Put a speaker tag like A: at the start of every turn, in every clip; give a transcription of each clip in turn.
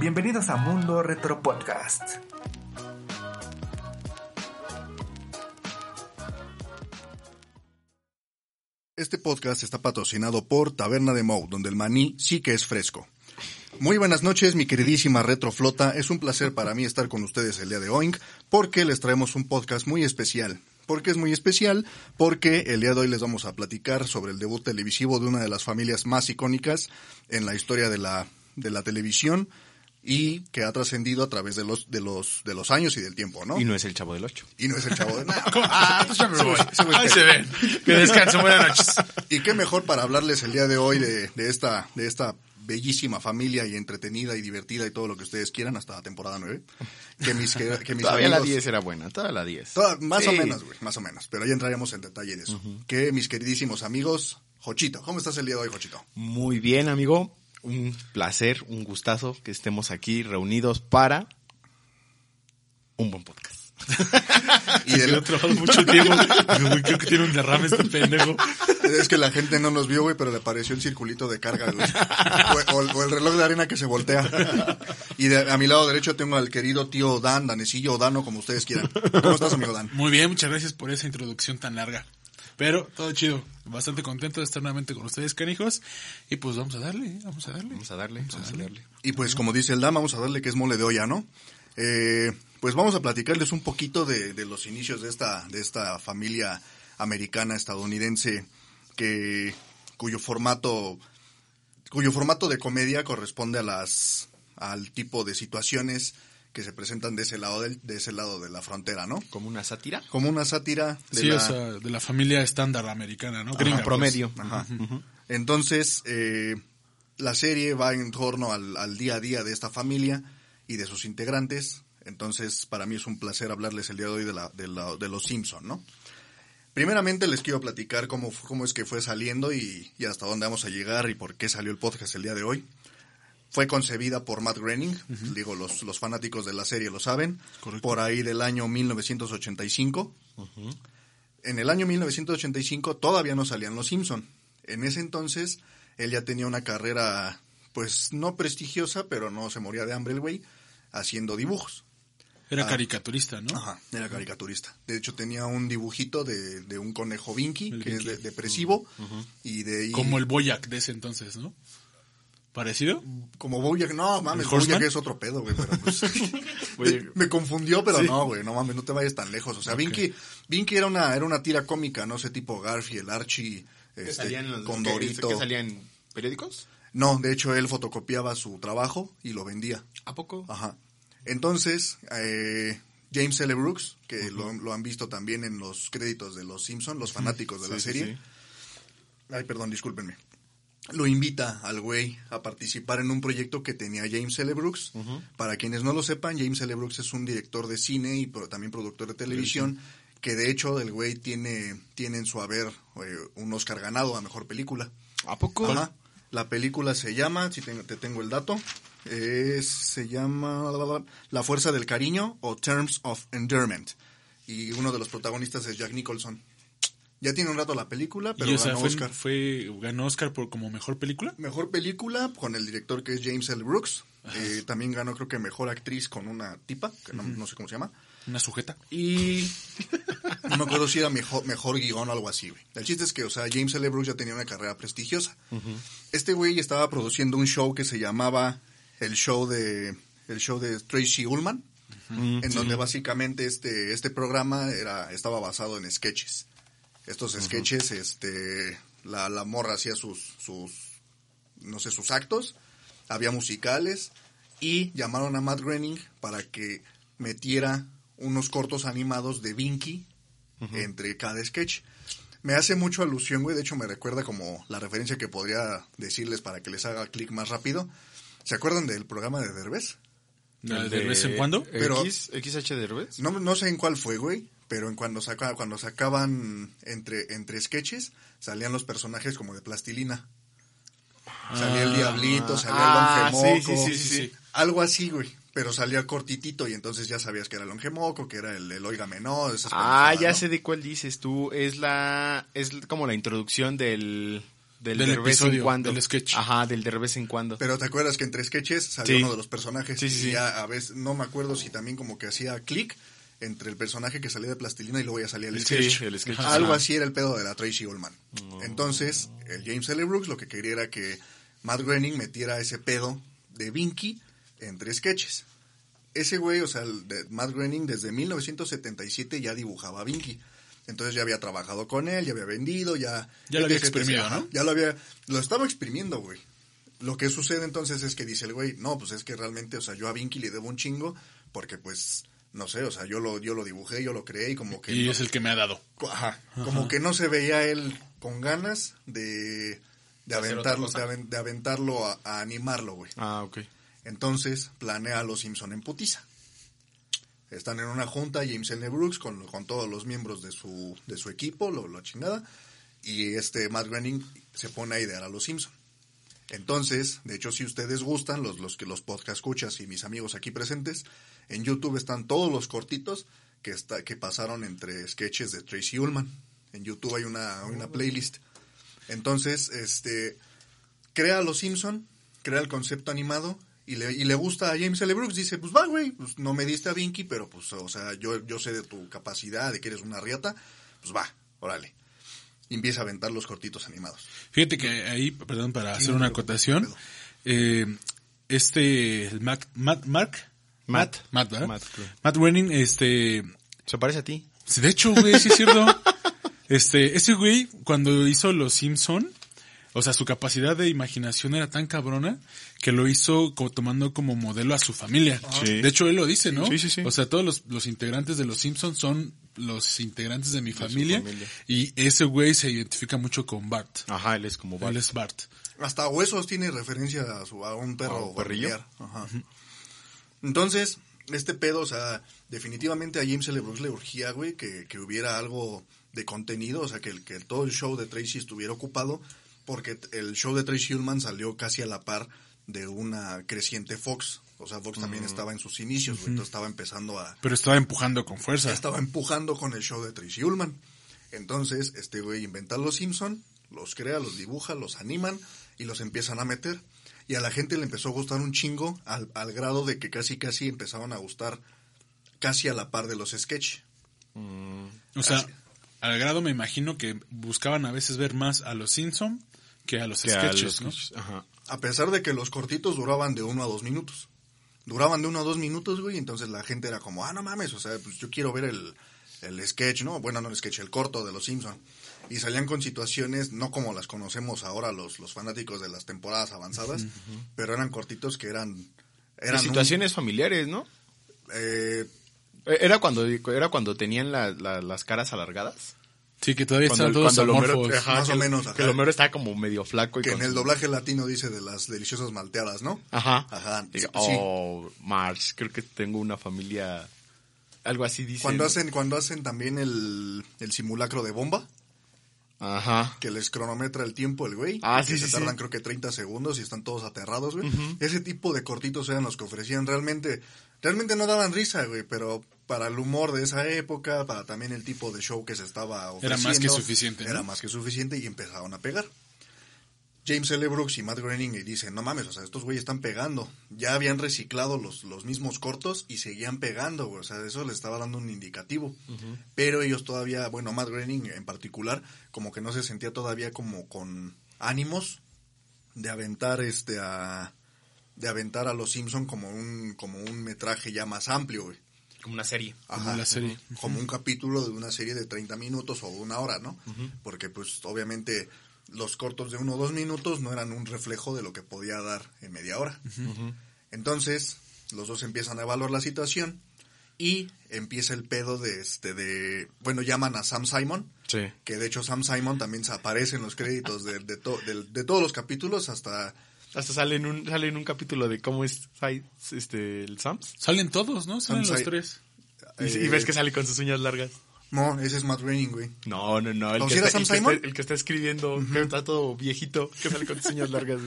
A: Bienvenidos a Mundo Retro Podcast.
B: Este podcast está patrocinado por Taberna de Mou, donde el maní sí que es fresco. Muy buenas noches, mi queridísima Retroflota. Es un placer para mí estar con ustedes el día de hoy, porque les traemos un podcast muy especial. ¿Por qué es muy especial? Porque el día de hoy les vamos a platicar sobre el debut televisivo de una de las familias más icónicas en la historia de la, de la televisión y que ha trascendido a través de los, de los, de los años y del tiempo, ¿no?
C: Y no es el Chavo del Ocho.
B: Y no es el chavo de nada.
D: Ah, pues ya me voy. Ahí se ven. Que descansen. Buenas noches.
B: Y qué mejor para hablarles el día de hoy de, de esta, de esta bellísima familia y entretenida y divertida y todo lo que ustedes quieran hasta la temporada 9. Que mis, que, que mis
C: Todavía la
B: amigos-
C: 10 era buena, todavía la 10.
B: Toda- más o
C: Sí.
B: menos, güey, más o menos. Pero ya entraremos en detalle en eso. Que mis queridísimos amigos, Jochito, ¿cómo estás el día de hoy, Jochito?
C: Muy bien, amigo. Un placer, un gustazo que estemos aquí reunidos para un buen podcast.
B: Y
D: Se lo
B: del-
D: ha trabajado mucho tiempo. Güey, creo que tiene un derrame este pendejo.
B: es que la gente no nos vio, güey, pero le apareció el circulito de carga, güey. O, o el- o el reloj de arena que se voltea. Y de- a mi lado derecho tengo al querido tío Dan, Danecillo o Dano, como ustedes quieran. ¿Cómo estás, amigo Dan?
D: Muy bien, muchas gracias por esa introducción tan larga. Pero todo chido. Bastante contento de estar nuevamente con ustedes, canijos. Y pues vamos a darle, ¿eh? vamos a darle.
C: Vamos a darle, vamos a darle.
B: Y pues como dice el DAM, vamos a darle que es mole de olla, ¿no? Eh, pues vamos a platicarles un poquito de, de los inicios de esta, de esta familia americana estadounidense que cuyo formato cuyo formato de comedia corresponde a las al tipo de situaciones que se presentan de ese lado del, de ese lado de la frontera, ¿no?
C: Como una sátira.
B: Como una sátira de
D: sí,
B: la
D: o sea, de la familia estándar americana, ¿no?
C: Gringa,
D: Gringa,
C: promedio.
B: Ajá. Entonces, eh, la serie va en torno al, al día a día de esta familia y de sus integrantes. Entonces, para mí es un placer hablarles el día de hoy de, la- de la- de los Simpson, ¿no? Primeramente les quiero platicar cómo, fu- cómo es que fue saliendo y, y hasta dónde vamos a llegar y por qué salió el podcast el día de hoy. Fue concebida por Matt Groening, digo, los, los fanáticos de la serie lo saben,
D: Correcto.
B: por ahí del año 1985. En el año 1985 todavía no salían los Simpson. En ese entonces él ya tenía una carrera, pues no prestigiosa, pero no se moría de hambre el güey, haciendo dibujos.
D: pues. Era
B: Ah.
D: caricaturista, ¿no?
B: Ajá, era caricaturista. De hecho tenía un dibujito de, de un conejo Vinky,
D: El
B: que es
D: Vinky.
B: de- depresivo, y de ahí...
D: Como el Boyac de ese entonces, ¿no? ¿Parecido?
B: Como Bojack, no mames,
D: ¿El Horseman?
B: Bojack es otro pedo, güey, pero pues-
C: Bojack.
B: me confundió, pero no, güey, no mames, no te vayas tan lejos. O sea, Vinky, Vinky era una, era una tira cómica, no sé, tipo Garfield, Archie, este, Condorito.
C: ¿Qué salían periódicos?
B: No, de hecho él fotocopiaba su trabajo y lo vendía.
C: ¿A poco?
B: Ajá. Entonces, eh, James L. Brooks, que lo, lo han visto también en los créditos de Los Simpson, los fanáticos de la
C: Sí, sí,
B: serie.
C: sí.
B: Ay, perdón, discúlpenme. Lo invita al güey a participar en un proyecto que tenía James L. Brooks. Para quienes no lo sepan, James L. Brooks es un director de cine y pro- también productor de televisión. Que de hecho, el güey tiene, tiene en su haber eh, un Oscar ganado a mejor película.
C: ¿A poco?
B: Ajá. La película se llama, si te, te tengo el dato, es- se llama la, la, la, La Fuerza del Cariño o Terms of Endearment. Y uno de los protagonistas es Jack Nicholson. Ya tiene un rato la película, pero
D: y o sea,
B: ganó
D: fue,
B: Oscar.
D: fue- ganó Oscar por como mejor película.
B: Mejor película con el director que es James L. Brooks. Eh, también ganó creo que mejor actriz con una tipa, que no, no sé cómo se llama.
D: Una sujeta.
B: Y no me acuerdo si era mejor, mejor guión o algo así, güey. El chiste es que, o sea, James L. Brooks ya tenía una carrera prestigiosa. Este güey estaba produciendo un show que se llamaba el show de el show de Tracy Ullman, en donde básicamente este este programa era estaba basado en sketches. Estos sketches, este, la, la morra hacía sus sus no sé, sus actos, había musicales y llamaron a Matt Groening para que metiera unos cortos animados de Vinky entre cada sketch. Me hace mucho alusión, güey, de hecho me recuerda como la referencia que podría decirles para que les haga clic más rápido. ¿Se acuerdan del programa de Derbez?
D: La
C: El
D: De, vez en cuando.
C: el
B: Pero-
C: X, ¿XH de Derbez?
B: No, no sé en cuál fue, güey, pero en cuando, saca, cuando sacaban entre, entre sketches, salían los personajes como de plastilina. Salía el Diablito, salía
C: Ah,
B: el Longemoco.
C: sí, sí, sí, sí, sí.
B: Algo así, güey. Pero salía cortitito y entonces ya sabías que era el Longemoco, que era el, el Óigame No. Esas
C: Ah,
B: pendejadas,
C: ya
B: ¿no?
C: sé de cuál dices tú. Es la es como la introducción del Del,
D: Del
C: de vez en
D: episodio,
C: cuando.
D: del sketch.
C: Ajá, del de vez en cuando.
B: Pero te acuerdas que entre sketches salió
C: Sí.
B: uno de los personajes.
C: Sí, sí,
B: y
C: sí.
B: ya a veces, no me acuerdo si también como que hacía clic entre el personaje que salía de plastilina y luego ya salía el
C: Sí,
B: sketch.
C: el sketch.
B: Algo
C: Ajá.
B: así era el pedo de la Tracy Goldman. Entonces, el James L. Brooks lo que quería era que Matt Groening metiera ese pedo de Vinky entre sketches. Ese güey, o sea, el de Matt Groening desde 1977 ya dibujaba a Vinky. Entonces ya había trabajado con él, ya había vendido, ya...
D: Ya lo había
B: etc, etc,
D: exprimido,
B: ajá.
D: ¿no?
B: Ya lo había... Lo estaba exprimiendo, güey. Lo que sucede entonces es que dice el güey, no, pues es que realmente, o sea, yo a Vinky le debo un chingo porque pues, no sé, o sea, yo lo, yo lo dibujé, yo lo creé y como que...
D: Y
B: no-
D: es el que me ha dado.
B: Ajá, como que no se veía él con ganas de, de
E: Hacer
B: aventarlo,
E: otra
B: de,
E: cosa.
B: aven- de aventarlo a, a animarlo, güey.
C: Ah, ok.
B: Entonces planea a los Simpson en putiza. Están en una junta James L. Brooks con, con todos los miembros de su, de su equipo, lo, la chingada, y este Matt Groening se pone a idear a los Simpson. Entonces, de hecho, si ustedes gustan, los, los que los podcast escuchas y mis amigos aquí presentes, en YouTube están todos los cortitos que, está, que pasaron entre sketches de Tracy Ullman. En YouTube hay una, una playlist. Entonces, este, crea a los Simpson, crea el concepto animado y le, y le gusta a James L. Brooks. Dice, pues va, güey, pues no me diste a Vinky, pero pues, o sea, yo, yo sé de tu capacidad, de que eres una riata, pues va, órale. Y empieza a aventar los cortitos animados.
D: Fíjate que ahí, perdón, para hacer
B: no
D: una
B: te preocupes,
D: acotación,
B: pedo.
D: eh, este, el Mac, Matt, Mark,
C: Matt.
D: Matt, ¿verdad? Matt,
C: Matt, claro.
D: Groening, este,
C: ¿Se parece a ti?
D: sí, de hecho, güey, sí es cierto. Este, ese güey, cuando hizo Los Simpson, o sea, su capacidad de imaginación era tan cabrona que lo hizo como tomando como modelo a su familia.
C: Ah, Sí.
D: De hecho, él lo dice, ¿no?
C: Sí, sí, sí.
D: O sea, todos los, los integrantes de Los Simpson son los integrantes de mi familia,
C: familia.
D: y ese güey se identifica mucho con Bart.
C: Ajá, él es como
D: Él
C: Bart.
D: es Bart.
B: Hasta huesos tiene referencia a, su, a un perro.
C: ¿A un perrillo?
B: familiar. Ajá. Entonces, este pedo, o sea, definitivamente a James L. Brooks le urgía, güey, que, que hubiera algo de contenido, o sea, que, el- que todo el show de Tracy estuviera ocupado, porque t- el show de Tracy Ullman salió casi a la par de una creciente Fox. O sea, Fox también
C: Mm.
B: estaba en sus inicios, güey, entonces estaba empezando a,
D: Pero estaba empujando con fuerza.
B: estaba empujando con el show de Tracy Ullman. Entonces, este güey inventa los Simpson, los crea, los dibuja, los animan y los empiezan a meter. Y a la gente le empezó a gustar un chingo al, al grado de que casi casi empezaban a gustar casi a la par de los sketch.
D: O sea, al grado me imagino que buscaban a veces ver más a los Simpson que a los
C: Que a los
D: sketches, ¿no?
C: sketches, Ajá.
B: A pesar de que los cortitos duraban de uno a dos minutos. Duraban de uno a dos minutos, güey, entonces la gente era como, ah, no mames, o sea, pues yo quiero ver el, el sketch, ¿no? Bueno, no el sketch, el corto de los Simpson. Y salían con situaciones, no como las conocemos ahora los, los fanáticos de las temporadas avanzadas, pero eran cortitos que eran... eran
C: Eran situaciones familiares, ¿no?
B: un- eh,
C: Eh, Era cuando, era cuando tenían la- la- las caras alargadas.
D: Sí, que todavía
C: Cuando,
D: están todos
C: cuando el
D: amorfos.
C: Homero, ajá,
B: Más
C: que
B: o
C: el-
B: menos,
C: Que
B: ajá.
C: el Homero estaba como medio flaco. Y
B: que
C: con
B: en el
C: su-
B: doblaje latino dice de las deliciosas malteadas, ¿no?
C: Ajá.
B: Ajá,
C: Y,
B: sí.
C: oh, Marge, creo que tengo una familia... Algo así dicen.
B: Cuando hacen, cuando hacen también el, el simulacro de bomba,
C: Ajá.
B: que les cronometra el tiempo el güey.
C: Ah,
B: que
C: sí,
B: se
C: sí,
B: tardan
C: sí.
B: creo que 30 segundos y están todos aterrados, güey. Ese tipo de cortitos eran los que ofrecían realmente, realmente no daban risa, güey, pero para el humor de esa época, para también el tipo de show que se estaba ofreciendo.
D: más que suficiente, ¿no?
B: Era más que suficiente y empezaron a pegar. James L. Brooks y Matt Groening y dicen, no mames, o sea, estos güeyes están pegando. Ya habían reciclado los, los mismos cortos y seguían pegando, güey. O sea, eso les estaba dando un indicativo. Pero ellos todavía, bueno, Matt Groening en particular, como que no se sentía todavía como con ánimos de aventar este a de aventar a los Simpson como un como un metraje ya más amplio, güey.
E: Como una serie.
D: Como la serie.
B: Ujú. Como un capítulo de una serie de 30 minutos o de una hora, ¿no? Porque pues obviamente los cortos de uno o dos minutos no eran un reflejo de lo que podía dar en media hora. Entonces, los dos empiezan a evaluar la situación y empieza el pedo de este de bueno, llaman a Sam Simon,
C: Sí.
B: que de hecho Sam Simon también se aparece en los créditos de, de to- del- de todos los capítulos hasta
C: Hasta sale en un, sale en un capítulo de cómo es Sai- este, el Sams.
D: Salen todos, ¿no? Salen
B: Sam
D: los
B: Sai-
D: tres.
C: Y, y
B: eh,
C: ves que sale con sus uñas largas.
B: No, ese es Matt Groening, güey.
C: No, no, no. El,
B: ¿O
C: que
B: si era
C: está,
B: Sam
C: el que
B: Simon?
C: está- el que está escribiendo, que está todo viejito, que sale con sus uñas largas.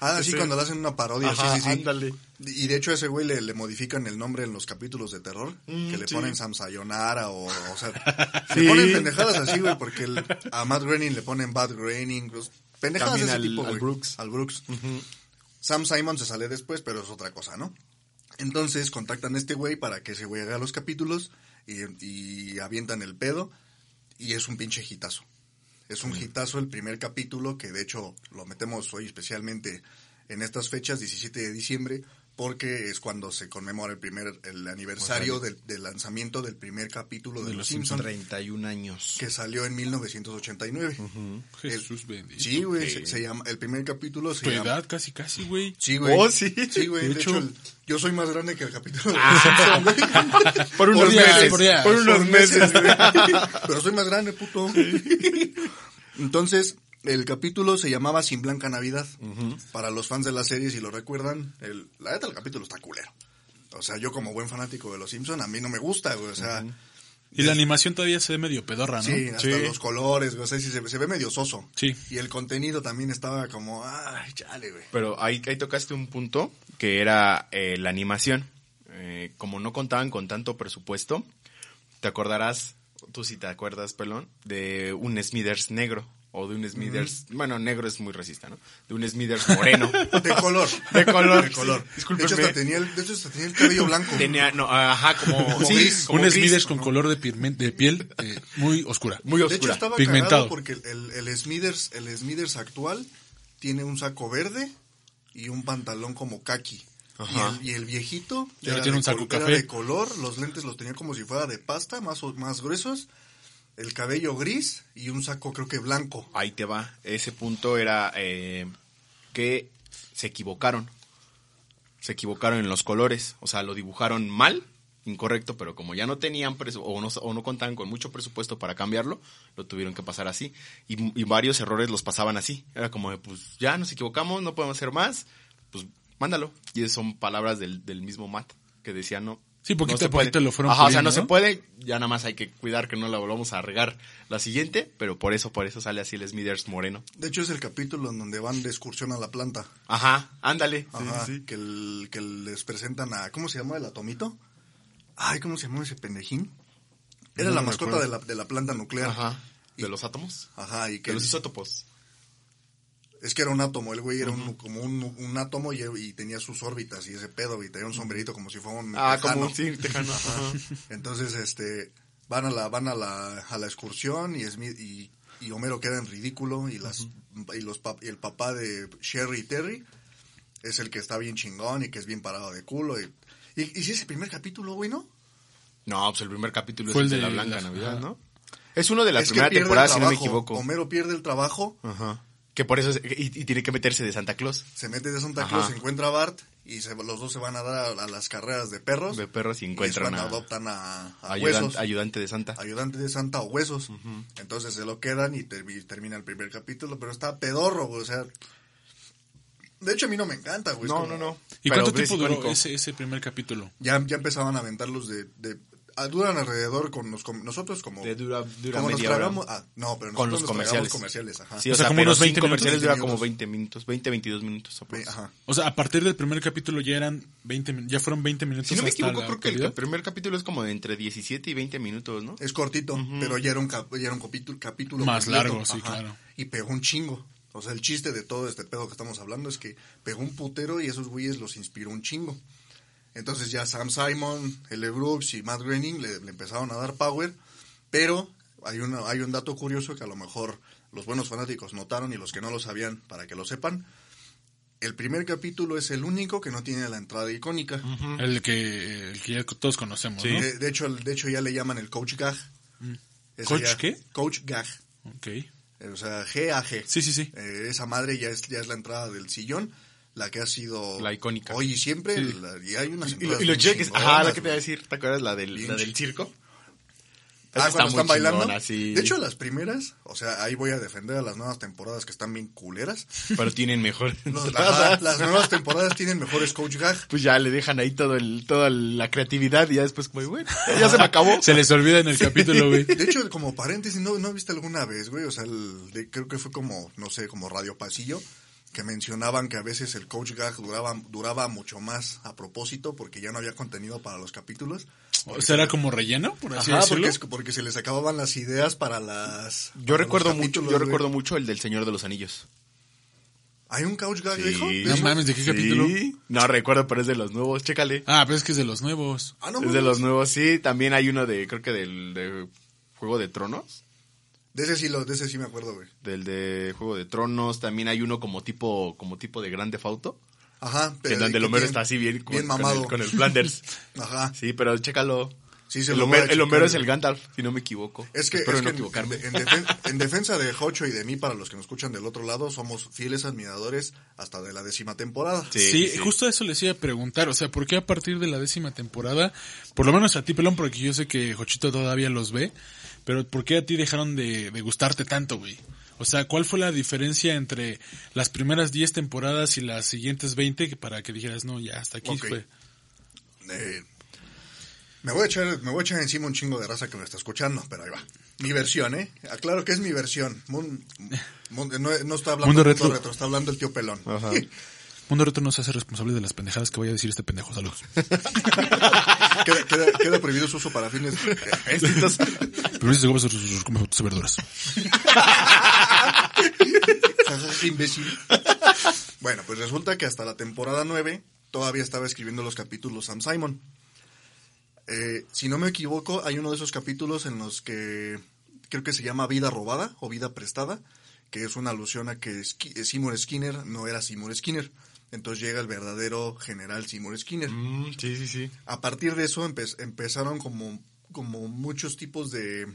B: Ah, sí,
C: Ese-
B: cuando le hacen una parodia,
C: Este, Ajá,
B: sí, sí, sí.
C: ándale.
B: Y de hecho a ese güey le, le modifican el nombre en los capítulos de terror, que le
C: Mm, sí.
B: ponen Samsayonara o, o sea,
C: Sí.
B: le ponen pendejadas así, güey, porque el- a Matt Groening le ponen Bad Groening, pues, Pendejadas de
C: También
B: ese
C: al-
B: tipo,
C: al
B: güey.
C: Brooks.
B: Al Brooks. Sam Simon se sale después, pero es otra cosa, ¿no? Entonces contactan a este güey para que ese güey haga los capítulos y, y avientan el pedo y es un pinche hitazo. Es un hitazo el primer capítulo que de hecho lo metemos hoy especialmente en estas fechas, 17 de diciembre, porque es cuando se conmemora el primer el aniversario del, del lanzamiento del primer capítulo de,
D: De
B: Los,
D: Los
B: Simpsons,
C: 31 años.
B: que salió en 1989.
C: eh,
D: Jesús bendito.
B: Sí, güey, se,
C: Ok.
B: se llama, el primer capítulo se
D: Tu
B: llama...
D: edad casi, casi, güey.
B: Sí, güey.
C: Oh, sí.
B: Sí, güey.
D: De
B: De, hecho,
D: hecho,
B: el- yo soy más grande que el capítulo de los Simpson, güey.
C: Por unos
D: Por días,
C: meses.
D: por días.
C: Por unos meses.
B: güey. Pero soy más grande, puto. Entonces, el capítulo se llamaba Sin Blanca Navidad. Para los fans de la serie, si lo recuerdan, el, la neta, el capítulo está culero. O sea, yo como buen fanático de los Simpson, a mí no me gusta, güey. O sea,
D: Y la animación todavía se ve medio pedorra, Ah, ¿no?
B: sí, hasta los colores, güey. O sea, sí, se, se ve medio soso.
D: Sí.
B: Y el contenido también estaba como, ay, chale, güey.
C: Pero ahí, ahí tocaste un punto que era eh, la animación. Eh, como no contaban con tanto presupuesto, te acordarás, tú si te acuerdas, pelón, de un Smithers negro. O de un Smithers, bueno, negro es muy racista, ¿no? De un Smithers moreno.
B: De color.
C: De color,
B: De color. De hecho,
C: sí. Discúlpenme.
B: hasta tenía el, de hecho, hasta tenía el cabello blanco.
C: Tenía, no, ajá, como,
B: Como
C: sí,
B: gris.
C: como
D: Un
C: gris.
D: Smithers con color de, pirmen- de piel eh, muy oscura.
C: Muy
B: de hecho,
C: oscura.
B: estaba cagado
D: pigmentado.
B: porque el, el Smithers, el Smithers actual tiene un saco verde y un pantalón como kaki. Y
C: Ajá.
B: el, y el viejito
D: Ya
B: era
D: tiene
B: de
D: un saco
B: col- era
D: café.
B: de color, los lentes los tenía como si fuera de pasta, más, o- más gruesos, el cabello gris y un saco creo que blanco.
C: Ahí te va. Ese punto era eh, que se equivocaron. Se equivocaron en los colores. O sea, lo dibujaron mal, incorrecto, pero como ya no tenían presu- o no, o no contaban con mucho presupuesto para cambiarlo, lo tuvieron que pasar así. Y, y varios errores los pasaban así. Era como de, pues ya nos equivocamos, no podemos hacer más, pues mándalo. Y esas son palabras del, del mismo Matt que decía no.
D: Sí, poquito
C: no se
D: a poquito
C: puede".
D: lo fueron
C: Ajá, o sea,
D: puliendo,
C: no se
D: ¿no?
C: puede puede, ya nada más hay que cuidar que no la volvamos a regar la siguiente, pero por eso, por eso sale así el Smithers Moreno.
B: De hecho, es el capítulo en donde van de excursión a la planta.
C: Ajá, ándale.
B: Ajá, Que, el- que les presentan a... ¿Cómo se llama el atomito? Ay, ¿cómo se llama ese pendejín? Era
C: No
B: la
C: me
B: mascota
C: acuerdo.
B: de la, de la planta nuclear.
C: Ajá.
B: Y-
C: De los átomos.
B: Ajá, y que
C: De los isótopos.
B: es que era un átomo, el güey era un, como un, un átomo y, y tenía sus órbitas y ese pedo y tenía un sombrerito como si fuera un
C: Ah,
B: tejano.
C: sí, tejano. ajá.
B: Entonces, este, van a la, van a la, a la excursión y Smith y, y Homero queda en ridículo y las y los pap- y el papá de Sherry y Terry es el que está bien chingón y que es bien parado de culo y y, y si ese primer capítulo, güey, ¿no?
C: No, pues el primer capítulo
D: Fue
C: es el
D: el
C: de,
D: de
C: la Blanca
D: las-
C: Navidad,
D: ajá.
C: ¿no? Es uno de la
B: Es que
C: primera
B: pierde el
C: temporada, si no me
B: trabajo.
C: equivoco.
B: Homero pierde el trabajo
C: Ajá. Que por eso, es- y, y tiene que meterse de Santa Claus.
B: se mete de Santa
C: Ajá.
B: Claus, se encuentra a Bart y se- los dos se van a dar a, a las carreras de perros.
C: De perros y
B: es
C: encuentran
B: cuando
C: a-
B: adoptan a, a
C: Ayudan-
B: huesos,
C: ayudante de Santa.
B: ayudante de Santa o huesos. Entonces se lo quedan y, ter- y termina el primer capítulo, pero está pedorro, güey, o sea. De hecho a mí no me encanta, güey. es
C: no,
B: como-
C: no, no.
D: ¿Y
C: Pero
D: cuánto
C: es
D: tiempo duró
C: icónico.
D: ese, ese primer capítulo?
B: Ya, ya empezaban a aventar los de, de- ah, duran alrededor con los com- nosotros como
C: De dura- dura
B: como nos
C: media hora.
B: tragamos- ah, no, pero
C: Con
B: nosotros
C: los
B: nos
C: comerciales.
B: tragamos comerciales, ajá.
C: Sí, o,
D: O sea,
C: sea,
D: como
C: pero
D: unos
C: sin
D: 20
C: comerciales
B: minutos.
C: dura como 20 minutos, 20, 22 minutos.
B: Ve,
C: aproximadamente.
B: ajá.
D: O sea, a partir del primer capítulo ya eran 20, min- ya fueron 20 minutos
C: Si no me
D: hasta
C: equivoco,
D: la
C: creo que el
D: actualidad.
C: primer capítulo es como de entre 17 y 20 minutos, ¿no?
B: Es cortito, pero ya era un, cap- ya era un capitu- capítulo
D: Más largo, sí, claro.
B: Y pegó un chingo. O sea, el chiste de todo este pedo que estamos hablando es que pegó un putero y esos güeyes los inspiró un chingo. Entonces ya Sam Simon, L. Brooks y Matt Groening le, le empezaron a dar power, pero hay, una, hay un dato curioso que a lo mejor los buenos fanáticos notaron y los que no lo sabían, para que lo sepan. El primer capítulo es el único que no tiene la entrada icónica.
D: El que, el que ya todos conocemos, ¿no?
B: De, de hecho, el- de hecho, ya le llaman el Coach Gag.
C: Mm.
B: Ese
D: ¿Coach
B: ya-
D: qué?
B: Coach Gag.
D: Ok.
B: Eh, O sea, G-A-G.
D: Sí, sí, sí.
B: Eh, esa madre ya es, ya es la entrada del sillón, la que ha sido...
C: La icónica.
B: Hoy y siempre, la- y hay unas
C: Y, lo-
B: entradas
C: y los
B: bien
C: cheques. Ajá,
B: chingonas,
C: la que te iba a
B: güey.
C: decir. ¿Te acuerdas la del, la
B: Bien
C: del circo?
B: Ah,
C: Esa
B: cuando
C: muy
B: están bailando.
C: chingona, sí.
B: De hecho, las primeras, o sea, ahí voy a defender a las nuevas temporadas que están bien culeras.
C: pero tienen mejor.
B: Los-
C: entrada.
B: ajá, las nuevas temporadas tienen mejores Coach Gag.
C: Pues ya le dejan ahí todo el, toda la creatividad y ya después, como, bueno, ya se me acabó.
D: Se les olvida en el capítulo, güey.
B: De hecho, como paréntesis, ¿no, ¿no viste alguna vez, güey? O sea, el- de- creo que fue como, no sé, como Radio Pasillo, que mencionaban que a veces el Coach Gag duraba, duraba mucho más a propósito porque ya no había contenido para los capítulos.
D: O sea, era como relleno, por así
B: Ajá,
D: decirlo.
B: porque, es- porque se les acababan las ideas para las...
C: Yo
B: para los
C: recuerdo mucho,
B: capítulos,
C: yo
B: güey.
C: recuerdo mucho el del Señor de los Anillos.
B: ¿Hay un couch gag,
C: Sí.
B: viejo?
D: No mames, ¿de qué capítulo?
C: No recuerdo, pero es de los nuevos, chécale.
D: Ah, pero es que es de los nuevos.
B: Ah, no,
C: es de los nuevos, sí. También hay uno de, creo que del de Juego de Tronos.
B: De ese sí, lo, de ese sí me acuerdo, güey.
C: Del de Juego de Tronos. También hay uno como tipo, como tipo de Grande Fauto.
B: Ajá.
C: Que en donde el Homero está así bien, con,
B: Bien
C: con
B: mamado.
C: el, con el Flanders.
B: Ajá.
C: sí, pero chécalo.
B: Sí, se
C: el,
B: lo voy a
C: Homero, el
B: checar,
C: Homero es
B: güey.
C: el Gandalf, si no me equivoco.
B: Es que,
C: Espero
B: es que
C: no
B: en-
C: equivocarme.
B: en, defen- en defensa de Jocho y de mí, para los que nos escuchan del otro lado, somos fieles admiradores hasta de la décima temporada.
C: Sí,
D: Sí,
C: sí, sí.
D: justo eso les iba a preguntar. O sea, ¿por qué a partir de la décima temporada, por lo menos a ti, Pelón, porque yo sé que Jochito todavía los ve, pero ¿por qué a ti dejaron de, de gustarte tanto, güey? O sea, ¿cuál fue la diferencia entre las primeras 10 temporadas y las siguientes 20 que para que dijeras, no, ya, hasta aquí
B: Ok.
D: fue?
B: Eh, me, voy a echar, me voy a echar encima un chingo de raza que me está escuchando, pero ahí va. Mi versión, ¿eh? Aclaro que es mi versión. Mun- mun- no, no está hablando
D: Mundo
B: Mundo
D: Retro.
B: Retro, está hablando el tío Pelón.
C: Ajá.
D: Mundo Retro no se hace responsable de las pendejadas que vaya a decir este pendejo. Saludos.
B: queda, queda- queda prohibido su uso para fines...
C: Entonces,
D: Pero si se come sus- sus- sus- come sus verduras.
B: Qué imbécil. bueno, pues resulta que hasta la temporada 9 todavía estaba escribiendo los capítulos Sam Simon. Eh, si no me equivoco, hay uno de esos capítulos en los que creo que se llama Vida Robada o Vida Prestada, que es una alusión a que Ski- eh, Seymour Skinner no era Seymour Skinner. Entonces llega el verdadero general Seymour Skinner.
C: mm, sí, sí, sí.
B: A partir de eso empe- empezaron como, como muchos tipos de,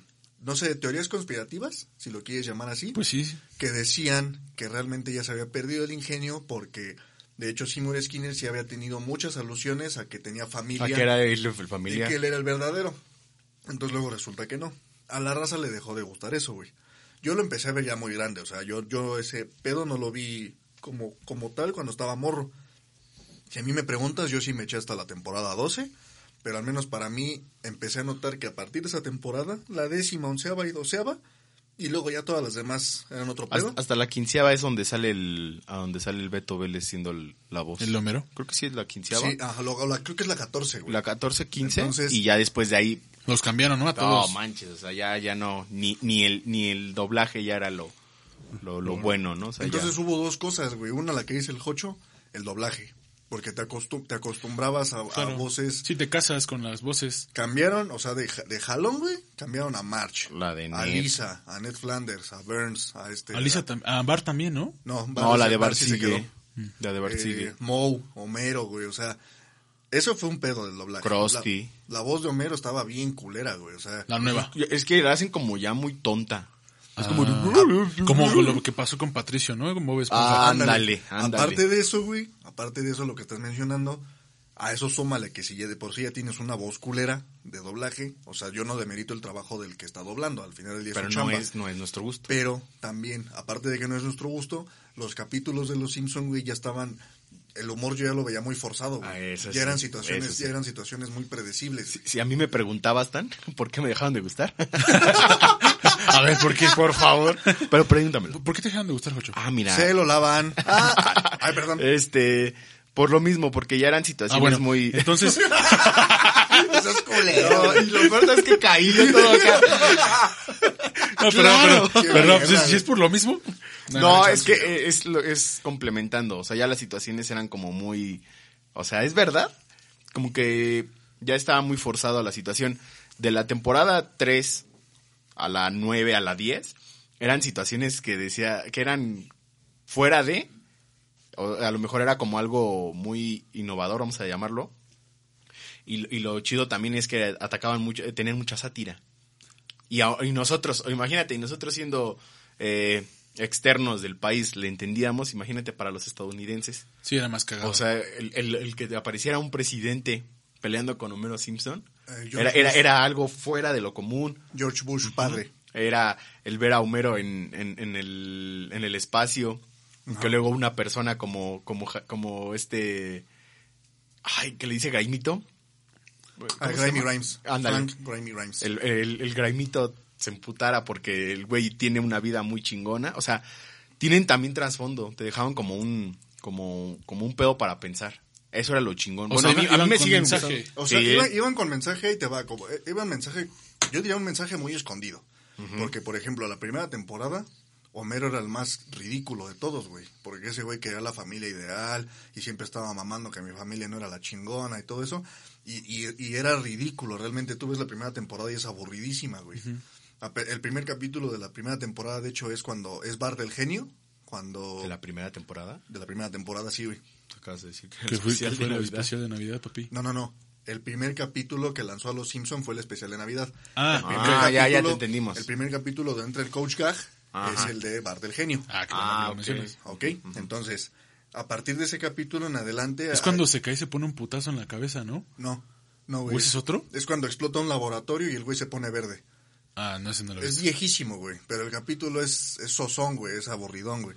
B: no sé, de teorías conspirativas, si lo quieres llamar así
D: Pues sí.
B: que decían que realmente ya se había perdido el ingenio porque de hecho Seymour Skinner sí había tenido muchas alusiones a que tenía familia
C: ¿A qué era el, el
B: y
C: familia?
B: que él era el verdadero. Entonces luego resulta que no. A la raza le dejó de gustar eso, güey. Yo lo empecé a ver ya muy grande, o sea, yo, yo ese pedo no lo vi como, como tal cuando estaba morro. Si a mí me preguntas, yo sí me eché hasta la temporada 12, pero al menos para mí empecé a notar que a partir de esa temporada, la décima, onceava y doceava, y luego ya todas las demás eran otro pedo.
C: Hasta, hasta la quinceava es donde sale el, a donde sale el Beto Vélez siendo el- la voz.
D: El Homero.
C: Creo que sí es la quinceava.
B: Sí, ajá, lo- la- creo que es la 14, güey.
C: La 14, 15.
B: Entonces-
C: y ya después de ahí.
D: Los cambiaron, ¿no? A
C: No
D: todos.
C: manches, o sea, ya, ya no. Ni, ni, el, ni el doblaje ya era lo, lo, lo bueno, ¿no? O sea, ya-
B: Entonces hubo dos cosas, güey. Una, la que dice el Jocho, el doblaje. Porque te, acostum- te acostumbrabas a, a
D: Claro.
B: voces.
D: Sí, te casas con las voces.
B: Cambiaron, o sea, de, de Jalón, güey, cambiaron a March.
C: La de
B: A
C: Ned.
B: Lisa, a Ned Flanders, a Burns, a este.
D: A, Lisa tam- a Bar también, ¿no?
B: No,
C: no, la de
B: Bart sí se
C: Barsigue.
B: quedó. Mm.
C: La de Barsigue.
B: Eh, Moe, Homero, güey, o sea. Eso fue un pedo del doblaje.
C: Krusty.
B: La, la voz de Homero estaba bien culera, güey, o sea.
D: La nueva. Ah.
C: es que la hacen como ya muy tonta. Es como.
D: Como lo que pasó con Patricio, ¿no? pues, Con Bob Esponja.
C: Ah, ándale, ándale.
B: Aparte de eso, güey, aparte de eso, lo que estás mencionando, a eso súmale que si ya de por sí ya tienes una voz culera de doblaje, o sea, yo no demerito el trabajo del que está doblando, al final del día
C: Pero
B: es su
C: no
B: chamba.
C: es, no es nuestro gusto.
B: Pero también, aparte de que no es nuestro gusto, los capítulos de Los Simpson, güey, ya estaban... El humor yo ya lo veía muy forzado, güey.
C: Ah, eso
B: ya eran
C: sí,
B: situaciones,
C: eso sí.
B: ya eran situaciones muy predecibles.
C: Si a mí me preguntabas tan, ¿por qué me dejaron de gustar?
D: A ver, ¿por qué?
C: Por favor. Pero pregúntamelo.
D: ¿Por qué te dejaron de gustar, Jocho?
C: Ah, mira.
B: Se lo lavan. Ah, ay, perdón.
C: Este, por lo mismo, porque ya eran situaciones muy...
D: Ah, Entonces,
B: Eso es culero.
C: No, y lo peor es que caí yo todo acá.
D: no, pero,
C: Claro.
D: pero, pero,
B: Qué
D: pues, si,
B: mierda,
D: si es por lo mismo.
C: No, es que eh, es, lo- es complementando. O sea, ya las situaciones eran como muy... O sea, es verdad. Como que ya estaba muy forzado a la situación. De la temporada 3 a la 9, a la 10, eran situaciones que decía... Que eran fuera de... o a lo mejor era como algo muy innovador, vamos a llamarlo. Y, y lo chido también es que atacaban mucho, eh, tenían mucha sátira. Y, a- y nosotros, o imagínate, y nosotros siendo eh, externos del país le entendíamos, imagínate para los estadounidenses.
D: Sí, era más cagado.
C: O sea, el, el- el que apareciera un presidente peleando con Homero Simpson
B: Eh, yo-
C: era, era, era algo fuera de lo común.
B: George Bush, padre.
C: Era el ver a Homero en, en- en el, en el espacio. Que luego una persona como, como, ja- como este. Ay, que le dice Gaimito.
B: Ah,
C: ¿Cómo se
B: Grimey
C: llama?
B: Rhymes.
C: Ándale.
B: Frank Grimey Rhymes.
C: El, el, el Graimito se emputara porque el güey tiene una vida muy chingona. O sea, tienen también trasfondo. Te dejaban como un, como, como un pedo para pensar. Eso era lo chingón.
D: O
C: bueno,
D: sea,
C: a mí,
D: iban
C: a mí me
D: con
C: siguen
D: mensaje.
C: gustando.
B: O sea,
C: Sí.
B: iba- iban con mensaje y te va como, eh, iba un mensaje, yo diría un mensaje muy escondido. Porque, por ejemplo, la primera temporada, Homero era el más ridículo de todos, güey. Porque ese güey quería la familia ideal y siempre estaba mamando que mi familia no era la chingona y todo eso. Y, y- y era ridículo, realmente. Tú ves la primera temporada y es aburridísima, güey. Ape- El primer capítulo de la primera temporada, de hecho, es cuando es Bart el genio. Cuando.
C: De la primera temporada.
B: de la primera temporada, sí, güey.
C: Acabas de decir que era
D: Que
C: el
D: fue,
C: especial
D: que fue
C: de
D: el
C: Navidad.
D: especial de Navidad, papi.
B: No, no, no. El primer capítulo que lanzó a los Simpson fue el especial de Navidad.
D: Ah,
B: El primer
C: ah, ya, ya te
B: capítulo-
C: entendimos.
B: El primer capítulo de Entre el Coach Gag
C: Ajá.
B: es el de Bart el genio.
D: Ah, que
C: Ah,
D: bueno,
C: ok.
D: que lo mencionas.
B: ¿Ok? Entonces, a partir de ese capítulo en adelante...
D: Es
B: a-
D: cuando se cae y se pone un putazo en la cabeza, ¿no?
B: No, no, güey.
D: ¿O ese es otro?
B: Es cuando explota un laboratorio y el güey se pone verde.
D: Ah, no, ese no lo vi.
C: Pues,
B: Es viejísimo, güey. Pero el capítulo es, es sozón, güey. Es aburridón, güey.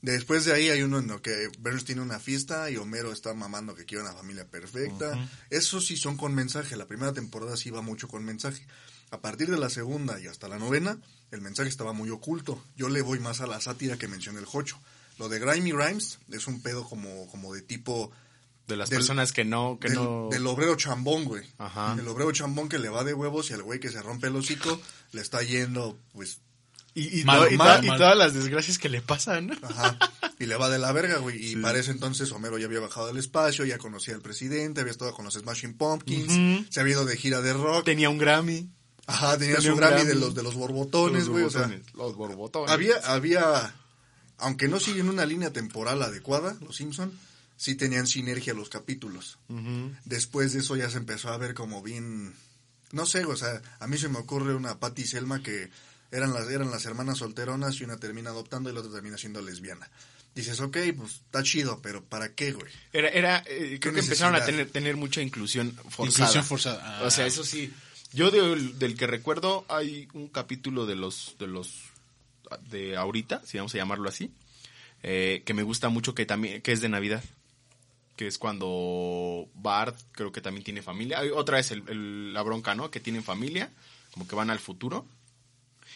B: Después de ahí hay uno en lo que Burns tiene una fiesta y Homero está mamando que quiere una familia perfecta. Esos sí son con mensaje. La primera temporada sí iba mucho con mensaje. A partir de la segunda y hasta la novena, el mensaje estaba muy oculto. Yo le voy más a la sátira que mencioné el Jocho. Lo de Grimy Rhymes es un pedo como, como de tipo
C: De las
B: del-
C: personas que no, que
B: del,
C: no.
B: del obrero chambón, güey.
C: Ajá.
B: El obrero chambón que le va de huevos y al güey que se rompe el hocico le está yendo, pues,
C: Y, y
D: Mal,
C: to- y
D: mal,
C: to- y
D: mal.
C: todas las desgracias que le pasan, ¿no?
B: Ajá. Y le va de la verga, güey. Y para ese entonces Homero ya había bajado del espacio, ya conocía al presidente, había estado con los Smashing Pumpkins, se había ido de gira de rock.
C: Tenía un Grammy.
B: Ajá, tenía,
C: tenía
B: su
C: un
B: Grammy,
C: Grammy.
B: de los de los borbotones,
C: Los
B: güey. o sea,
C: borbotones, los borbotones.
B: había, había, aunque no siguen una línea temporal adecuada, los Simpson, sí tenían sinergia los capítulos. Después de eso ya se empezó a ver como bien, no sé, o sea, a mí se me ocurre una Patty y Selma que eran las, eran las hermanas solteronas y una termina adoptando y la otra termina siendo lesbiana. Dices, ok, pues está chido, pero ¿para qué, güey?
C: Era, era, eh, creo que empezaron a
B: necesidad?
C: tener, tener mucha inclusión forzada.
D: Inclusión forzada. Ah.
C: O sea, eso sí. Yo del, del que recuerdo hay un capítulo de los, de los, de ahorita, si vamos a llamarlo así, eh, que me gusta mucho que también, que es de Navidad. Que es cuando Bart creo que también tiene familia. Hay Otra es el- el- la bronca, ¿no? Que tienen familia, como que van al futuro.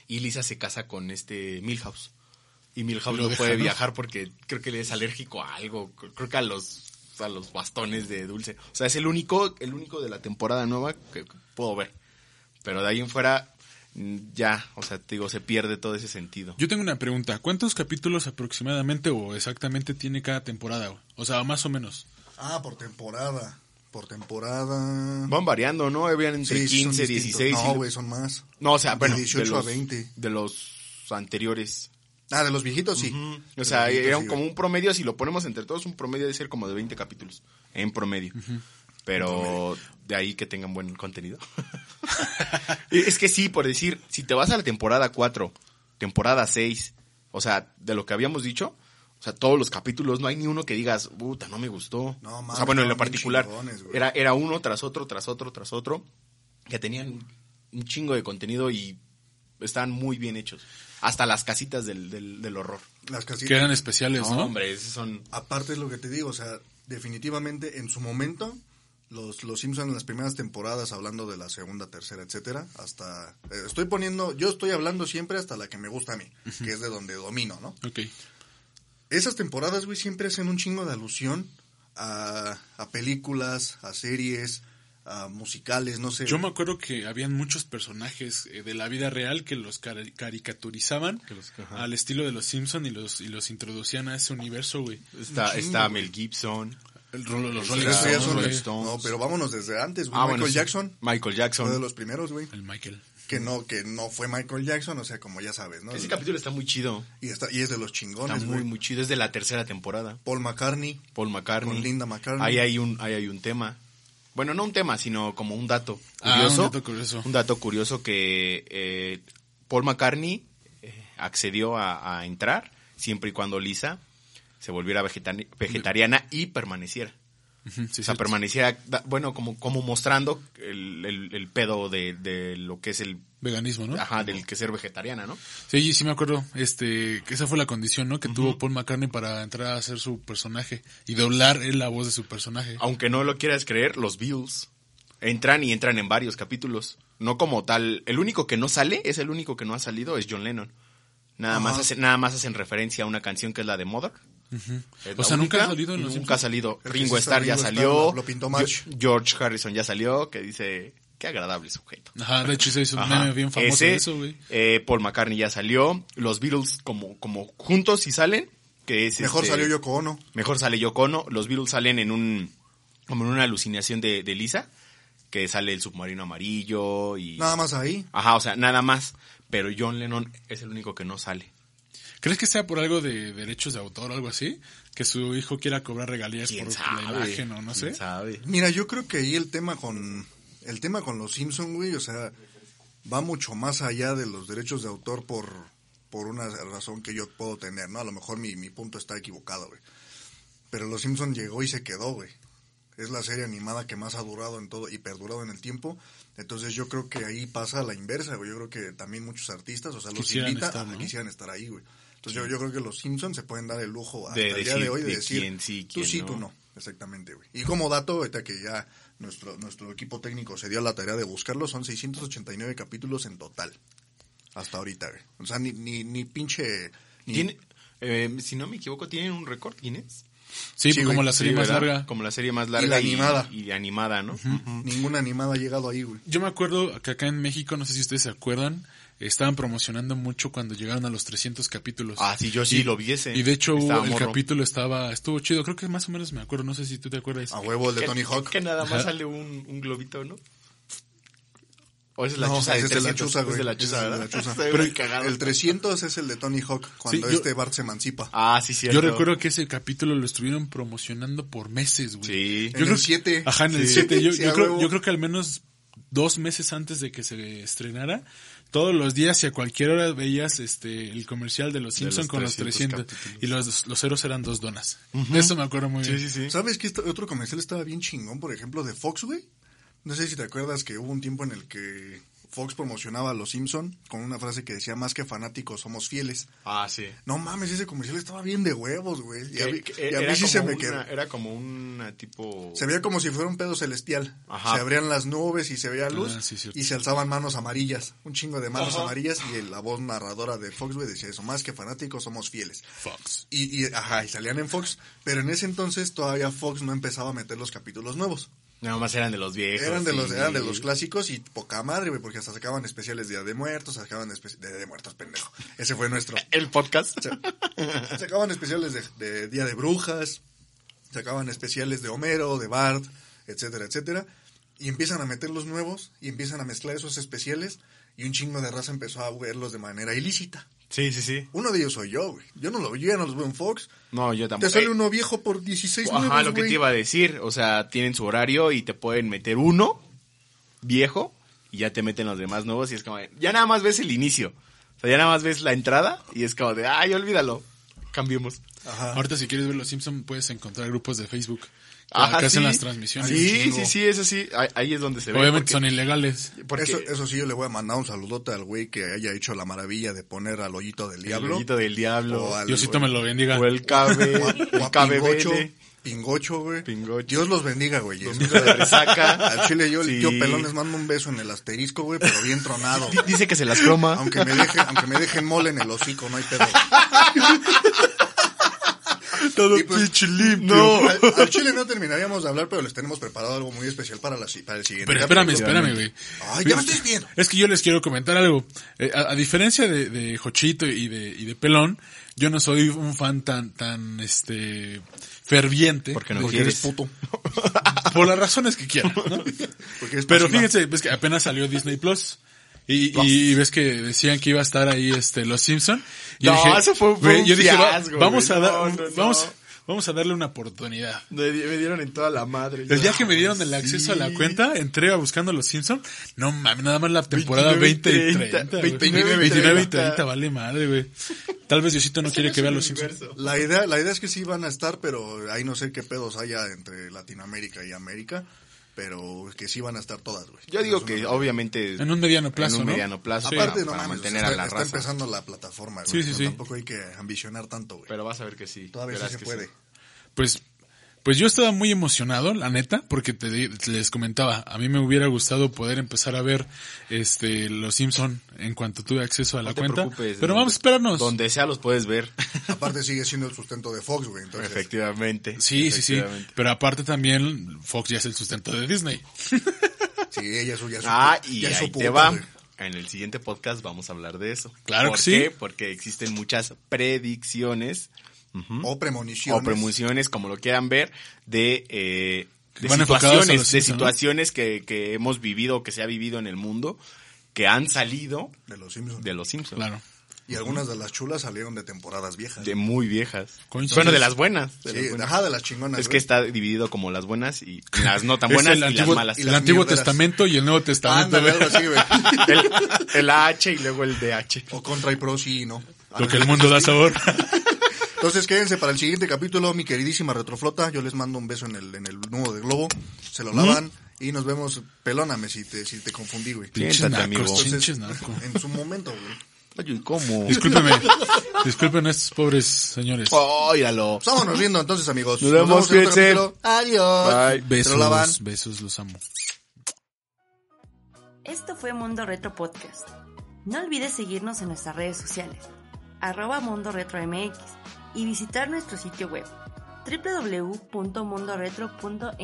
C: Y Lisa se casa con este Milhouse. Y Milhouse
D: Lo
C: no
D: deja,
C: puede
D: ¿no?
C: viajar porque creo que le es alérgico a algo, creo que a los a los bastones de dulce. O sea, es el único el único de la temporada nueva que, que puedo ver. Pero de ahí en fuera mm, ya, o sea, te digo, se pierde todo ese sentido.
D: Yo tengo una pregunta. ¿Cuántos capítulos aproximadamente o exactamente tiene cada temporada? güey? O sea, más o menos.
B: Ah, por temporada, por temporada.
C: Van variando, ¿no? Habían entre
B: Sí, sí son
C: 15,
B: distintos.
C: 16. y-
B: No, güey, son más.
C: No, o sea,
B: De
C: bueno,
B: 18
C: de
B: a
C: los,
B: 20.
C: de los anteriores.
B: Ah, de los viejitos, sí.
C: O sea,
B: De los viejitos,
C: era
B: sí,
C: un- como
B: güey.
C: un promedio, si lo ponemos entre todos, un promedio de ser como de 20 capítulos, en promedio. Pero de ahí que tengan buen contenido. es que sí, por decir, si te vas a la temporada 4, temporada 6, o sea, de lo que habíamos dicho, o sea, todos los capítulos, no hay ni uno que digas, puta, no me gustó.
B: No,
C: o
B: mames,
C: sea, bueno, en lo
B: estaban bien
C: particular,
B: chingones, güey.
C: era, era uno tras otro, tras otro, tras otro, que tenían un chingo de contenido y estaban muy bien hechos. Hasta las casitas del, del, del horror.
B: Las casitas.
D: Que eran especiales,
C: No,
D: ¿no?
C: hombre, esos son...
B: Aparte es lo que te digo, o sea, definitivamente en su momento, los, los Simpsons en las primeras temporadas, hablando de la segunda, tercera, etcétera, hasta... eh, estoy poniendo, yo estoy hablando siempre hasta la que me gusta a mí, que es de donde domino, ¿no?
D: Ok.
B: Esas temporadas, güey, siempre hacen un chingo de alusión a, a películas, a series, a musicales, no sé.
D: Yo me acuerdo que habían muchos personajes eh, de la vida real que los cari- caricaturizaban
C: Que los- ajá.
D: al estilo de los Simpson y los y los introducían a ese universo, güey.
C: Está,
B: chingo,
C: está
B: güey.
C: Mel Gibson.
D: El rolo- los
B: Pero eso
D: Rolling
B: ya
D: Stones,
B: son-
C: Rolling
D: güey.
C: Stones.
B: No, pero vámonos desde antes, güey.
C: Ah,
B: Michael
C: bueno, sí.
B: Jackson,
C: Michael Jackson.
B: uno de los primeros, güey.
D: El Michael.
B: Que no, que no fue Michael Jackson, o sea, como ya sabes, ¿no?
C: Ese capítulo está muy chido.
B: Y, está- y es de los
C: Está
B: chingones,
C: muy,
B: güey.
C: muy chido. Es de la tercera temporada.
B: Paul McCartney.
C: Paul McCartney.
B: Con Linda McCartney.
C: Ahí hay un, ahí hay un tema. Bueno, no un tema, sino como un dato
D: Ah,
C: curioso.
D: un dato curioso.
C: Un dato curioso que eh, Paul McCartney eh, accedió a, a entrar siempre y cuando Lisa se volviera vegetani- vegetariana y permaneciera.
D: Ujú, sí,
C: o sea,
D: cierto.
C: permaneciera, da- bueno, como, como mostrando el, el- el pedo de, de lo que es el
D: Veganismo, ¿no?
C: Ajá, del que ser vegetariana, ¿no?
D: Sí, sí me acuerdo, este, que esa fue la condición, ¿no? Que tuvo Paul McCartney para entrar a hacer su personaje y doblar él la voz de su personaje.
C: Aunque no lo quieras creer, los Bills entran y entran en varios capítulos. No como tal, el único que no sale, es el único que no ha salido, es John Lennon. Nada
B: Ah.
C: más hacen, nada más hacen referencia a una canción que es la de Mother. Es
D: O
C: la
D: sea, nunca
C: única,
D: ha salido en los
C: nunca ha
D: Simpsons.
C: salido.
B: El que
C: Ringo
B: sí está
C: Starr
B: Ringo
C: ya
B: Starr,
C: salió.
B: lo- lo pintó Marge.
C: George Harrison ya salió, que dice Qué agradable sujeto.
D: Ajá, de hecho se hizo un
C: Ajá.
D: meme bien famoso
C: Ese,
D: de eso, güey.
C: eh, Paul McCartney ya salió. Los Beatles como, como juntos si salen. Que es
B: Mejor
C: este,
B: salió Yoko Ono.
C: Mejor sale Yoko Ono. Los Beatles salen en un como en una alucinación de, de Lisa, que sale el submarino amarillo y
B: Nada más ahí.
C: Ajá, o sea, nada más. Pero John Lennon es el único que no sale.
D: ¿Crees que sea por algo de derechos de autor o algo así? Que su hijo quiera cobrar regalías por la imagen o no sé.
C: ¿Quién sabe?
B: Mira, yo creo que ahí el tema con el tema con los Simpson, güey, o sea, va mucho más allá de los derechos de autor por por una razón que yo puedo tener, ¿no? A lo mejor mi, mi punto está equivocado, güey. Pero los Simpson llegó y se quedó, güey. Es la serie animada que más ha durado en todo y perdurado en el tiempo. Entonces yo creo que ahí pasa a la inversa, güey. Yo creo que también muchos artistas, o sea, los
D: Quisieran
B: invita a
D: estar,
B: que
D: ¿no?
B: quisieran estar ahí, güey. Entonces yo, yo creo que los Simpson se pueden dar el lujo hasta
C: De
B: el día
C: decir
B: de hoy de,
C: de
B: decir
C: quién sí,
B: tú
C: quién
B: sí,
C: no.
B: tú no. Exactamente, güey. Y como dato, ahorita que ya nuestro, nuestro equipo técnico se dio la tarea de buscarlo, son 689 capítulos en total. Hasta ahorita, güey. O sea, ni, ni, ni pinche... ni-
C: Tiene- eh, si no me equivoco, tienen un récord Guinness.
D: Sí, pues,
B: Sí,
D: como
B: güey,
D: la serie más
C: ¿verdad?
D: larga.
C: Como la serie más larga.
B: Y la animada.
C: Y, animada, ¿no?
B: Ninguna animada ha llegado ahí, güey.
D: Yo me acuerdo que acá en México, no sé si ustedes se acuerdan, estaban promocionando mucho cuando llegaron a los 300 capítulos.
C: Ah, sí, yo sí lo vi ese.
D: Y de hecho
C: Estaba
D: hubo- el
C: morro.
D: capítulo estaba, estuvo chido, creo que más o menos me acuerdo, no sé si tú te acuerdas.
C: Ah,
B: A huevo el de
C: Que-
B: Tony
C: que-
B: Hawk.
C: Que nada
D: Ajá.
C: más sale un, un globito, ¿no? O esa es la
B: No,
C: chusa de
B: ese es de la
C: 300,
B: chusa, güey.
C: es de la
B: Ese es
C: chusa,
B: de la
C: ¿verdad?
B: chusa.
C: Estoy
B: Pero
C: muy cagado.
B: El 300 es el de Tony Hawk, cuando
D: Sí, yo-
B: este Bart se emancipa.
C: Ah, sí, cierto.
D: Yo recuerdo que ese capítulo lo estuvieron promocionando por meses, güey.
C: Sí.
B: En el 7.
D: Ajá, en el
B: Sí.
D: 7. Yo,
B: Sí,
D: yo
B: a
D: creo,
B: huevo.
D: yo creo que al menos dos meses antes de que se estrenara, todos los días y a cualquier hora veías este el comercial de los Simpsons
C: los
D: con los 300.
C: 300
D: Y los, los ceros eran dos donas. De eso me acuerdo muy bien.
C: Sí, sí, sí.
B: ¿Sabes que otro comercial estaba bien chingón, por ejemplo, de Fox, güey? No sé si te acuerdas que hubo un tiempo en el que Fox promocionaba a Los Simpson con una frase que decía, más que fanáticos, somos fieles.
C: Ah, sí. Eh,
B: No mames, ese comercial estaba bien de huevos, güey. Y a
C: Que-
B: mí,
C: que
B: y a mí
C: era
B: sí se
C: como
B: me
C: una-
B: quedó.
C: Era como una tipo...
B: Se veía como si fuera un pedo celestial.
C: Ajá.
B: Se abrían las nubes y se veía luz
D: Ah, sí, cierto.
B: y se alzaban manos amarillas. Un chingo de manos amarillas y el- la voz narradora de Fox, güey, decía eso. Más que fanáticos, somos fieles.
D: Fox.
B: Y, y, ajá, y salían en Fox. Pero en ese entonces todavía Fox no empezaba a meter los capítulos nuevos.
C: Nada más eran de los viejos.
B: Eran de, los,
C: sí.
B: eran de los clásicos y poca madre, güey, porque hasta sacaban especiales Día de Muertos, sacaban especiales... de Muertos, pendejo. Ese fue nuestro.
C: El podcast.
B: Sacaban especiales de, de Día de Brujas, sacaban especiales de Homero, de Bart, etcétera, etcétera. Y empiezan a meter los nuevos y empiezan a mezclar esos especiales y un chingo de raza empezó a verlos de manera ilícita.
C: Sí, sí, sí.
B: Uno de ellos soy yo, güey. Yo no lo vi, yo ya no los veo en Fox.
C: No, yo
B: Te
C: tampoco.
B: sale
C: Eh,
B: uno viejo por 16
C: Ajá,
B: nuevos,
C: lo que
B: güey.
C: te iba a decir. O sea, tienen su horario y te pueden meter uno viejo y ya te meten los demás nuevos y es como, de- ya nada más ves el inicio. O sea, ya nada más ves la entrada y es como de, ay, olvídalo. Cambiemos.
B: Ajá.
D: Ahorita si quieres ver los Simpsons puedes encontrar grupos de Facebook que,
C: Ajá,
D: que hacen
C: Ah, sí.
D: las transmisiones.
C: Sí,
D: Chingo.
C: sí, sí, eso sí. Ahí, ahí es donde se ve. porque-
D: Obviamente son ilegales.
C: porque
B: Eso, eso sí, yo le voy a mandar un saludote al güey que haya hecho la maravilla de poner al hoyito del
C: el
B: diablo.
C: hoyito del diablo.
B: O al-
D: Diosito me lo bendiga.
C: O el cabe,
B: O a- o
C: el
B: a
C: cabe
B: Pingocho,
C: verde,
B: Pingocho, güey.
C: Pingocho.
B: Dios los bendiga, güey.
C: domingo de resaca.
B: Al chile yo,
C: Sí.
B: yo pelón les mando un beso en el asterisco, güey, pero bien tronado.
C: Di- Dice que se las croma.
B: aunque me dejen, aunque me dejen mole en el hocico, no hay pedo.
C: todo
B: Y pues-
C: pinche limpio.
B: No, al, al chile no terminaríamos de hablar, pero les tenemos preparado algo muy especial para, la, si- para el siguiente.
D: Pero espérame,
B: capítulo.
D: espérame, güey.
B: Ay, ya me estoy viendo.
D: Es que yo les quiero comentar algo. Eh, a, a diferencia de, de Jochito y de, y de Pelón, yo no soy un fan tan, tan, este, ferviente.
C: Porque no
D: eres
C: quieres.
D: puto. Por las razones que quiera, ¿no?
B: Porque es
D: Pero
B: pasiva.
D: fíjense, ves que apenas salió Disney Plus. Y, y ves que decían que iba a estar ahí este Los Simpson. Y yo
C: No,
D: dije,
C: eso fue- fue
D: güey,
C: un
D: yo dije, va-
C: fiasco,
D: vamos a
C: güey.
D: dar,
C: No, no, no.
D: vamos, vamos a darle una oportunidad.
C: Me, di- me dieron en toda la madre.
D: El día
C: Ya,
D: que me dieron el acceso a la
C: sí.
D: cuenta, entré a buscando los Simpsons. No mames, nada más la temporada 20 y 30. güey.
C: 29
B: y
D: 29 y
C: 30.
D: 30, vale madre, güey. Tal vez Diosito no quiere que vea los Simpsons.
B: La idea, la idea es que sí van a estar, pero ahí no sé qué pedos haya entre Latinoamérica y América, pero que sí van a estar todas, güey.
C: Yo digo que obviamente
D: En un mediano plazo,
C: en un
D: ¿no?
C: mediano plazo
D: Sí.
C: para,
B: Aparte, no
C: para
B: mames,
C: mantener
B: está,
C: a la
B: está
C: raza.
B: empezando la plataforma, güey.
D: Sí, sí,
B: pero
D: sí.
B: Tampoco hay que ambicionar tanto, güey.
C: Pero vas a ver que sí.
B: Todavía sí
C: verás
B: se
C: que
B: puede.
D: Pues, pues yo estaba muy emocionado, la neta, porque te, di- les comentaba, a mí me hubiera gustado poder empezar a ver este los Simpson en cuanto tuve acceso a la
C: No te
D: cuenta.
C: preocupes. donde-
D: Pero vamos a esperarnos.
C: Donde sea los puedes ver.
B: Aparte sigue siendo el sustento de Fox, güey. Entonces,
C: Efectivamente.
D: Sí, sí, sí.
C: efectivamente.
D: Pero aparte también Fox ya es el sustento de Disney.
B: Sí, ella es su- ya es su-
C: Ah, y
B: ya es su
C: ahí te
B: puta,
C: va.
B: güey.
C: En el siguiente podcast vamos a hablar de eso.
D: Claro
C: ¿Por
D: que sí.
C: qué? Porque existen muchas predicciones
B: O premoniciones.
C: ¿Mm? o premoniciones, como lo quieran ver, de, eh, de
D: Van enfocados a los
C: situaciones, de
D: Simpson, ¿no?
C: situaciones que, que hemos vivido o que se ha vivido en el mundo que han salido
B: de los Simpsons.
C: de los Simpsons.
D: Claro.
B: Y algunas de las chulas salieron de temporadas viejas.
C: De muy viejas.
D: Coincidencia.
C: Bueno, de las buenas. de
B: Sí,
C: las buenas.
B: ajá, de las chingonas.
C: Es que
B: güey.
C: está dividido como las buenas y las no tan
D: Es
C: buenas
D: el
C: y las
D: antiguo-
C: malas.
B: y
D: El
B: las
D: Antiguo
B: mierderas.
D: Testamento y el Nuevo Testamento.
B: Ándale,
D: güey.
B: algo así, güey.
C: El, el AH y luego el DH.
B: O contra y pro, sí y no.
D: Lo que el mundo da sabor.
B: Entonces quédense para el siguiente capítulo, mi queridísima Retroflota. Yo les mando un beso en el, en el nudo de globo. Se
C: ¿Mm?
B: lo lavan y nos vemos. Pelóname si te, si te confundí, güey.
D: Pinches
C: Siéntate, amigo.
D: nacos,
B: Entonces,
D: pinches nacos.
B: en su momento, güey.
C: Ay, ¿cómo?
D: Discúlpeme. Disculpen a estos pobres señores.
C: Óyalo.
B: Pues vámonos viendo entonces, amigos.
C: Nos vemos,
B: en otro
C: cuídense.
B: capítulo. Adiós.
C: Bye.
B: Se lo lavan.
D: Besos, besos, los amo.
E: Esto fue Mundo Retro Podcast. No olvides seguirnos en nuestras redes sociales, arroba Mundo Retro MX, y visitar nuestro sitio web, www.mundoretro.mx.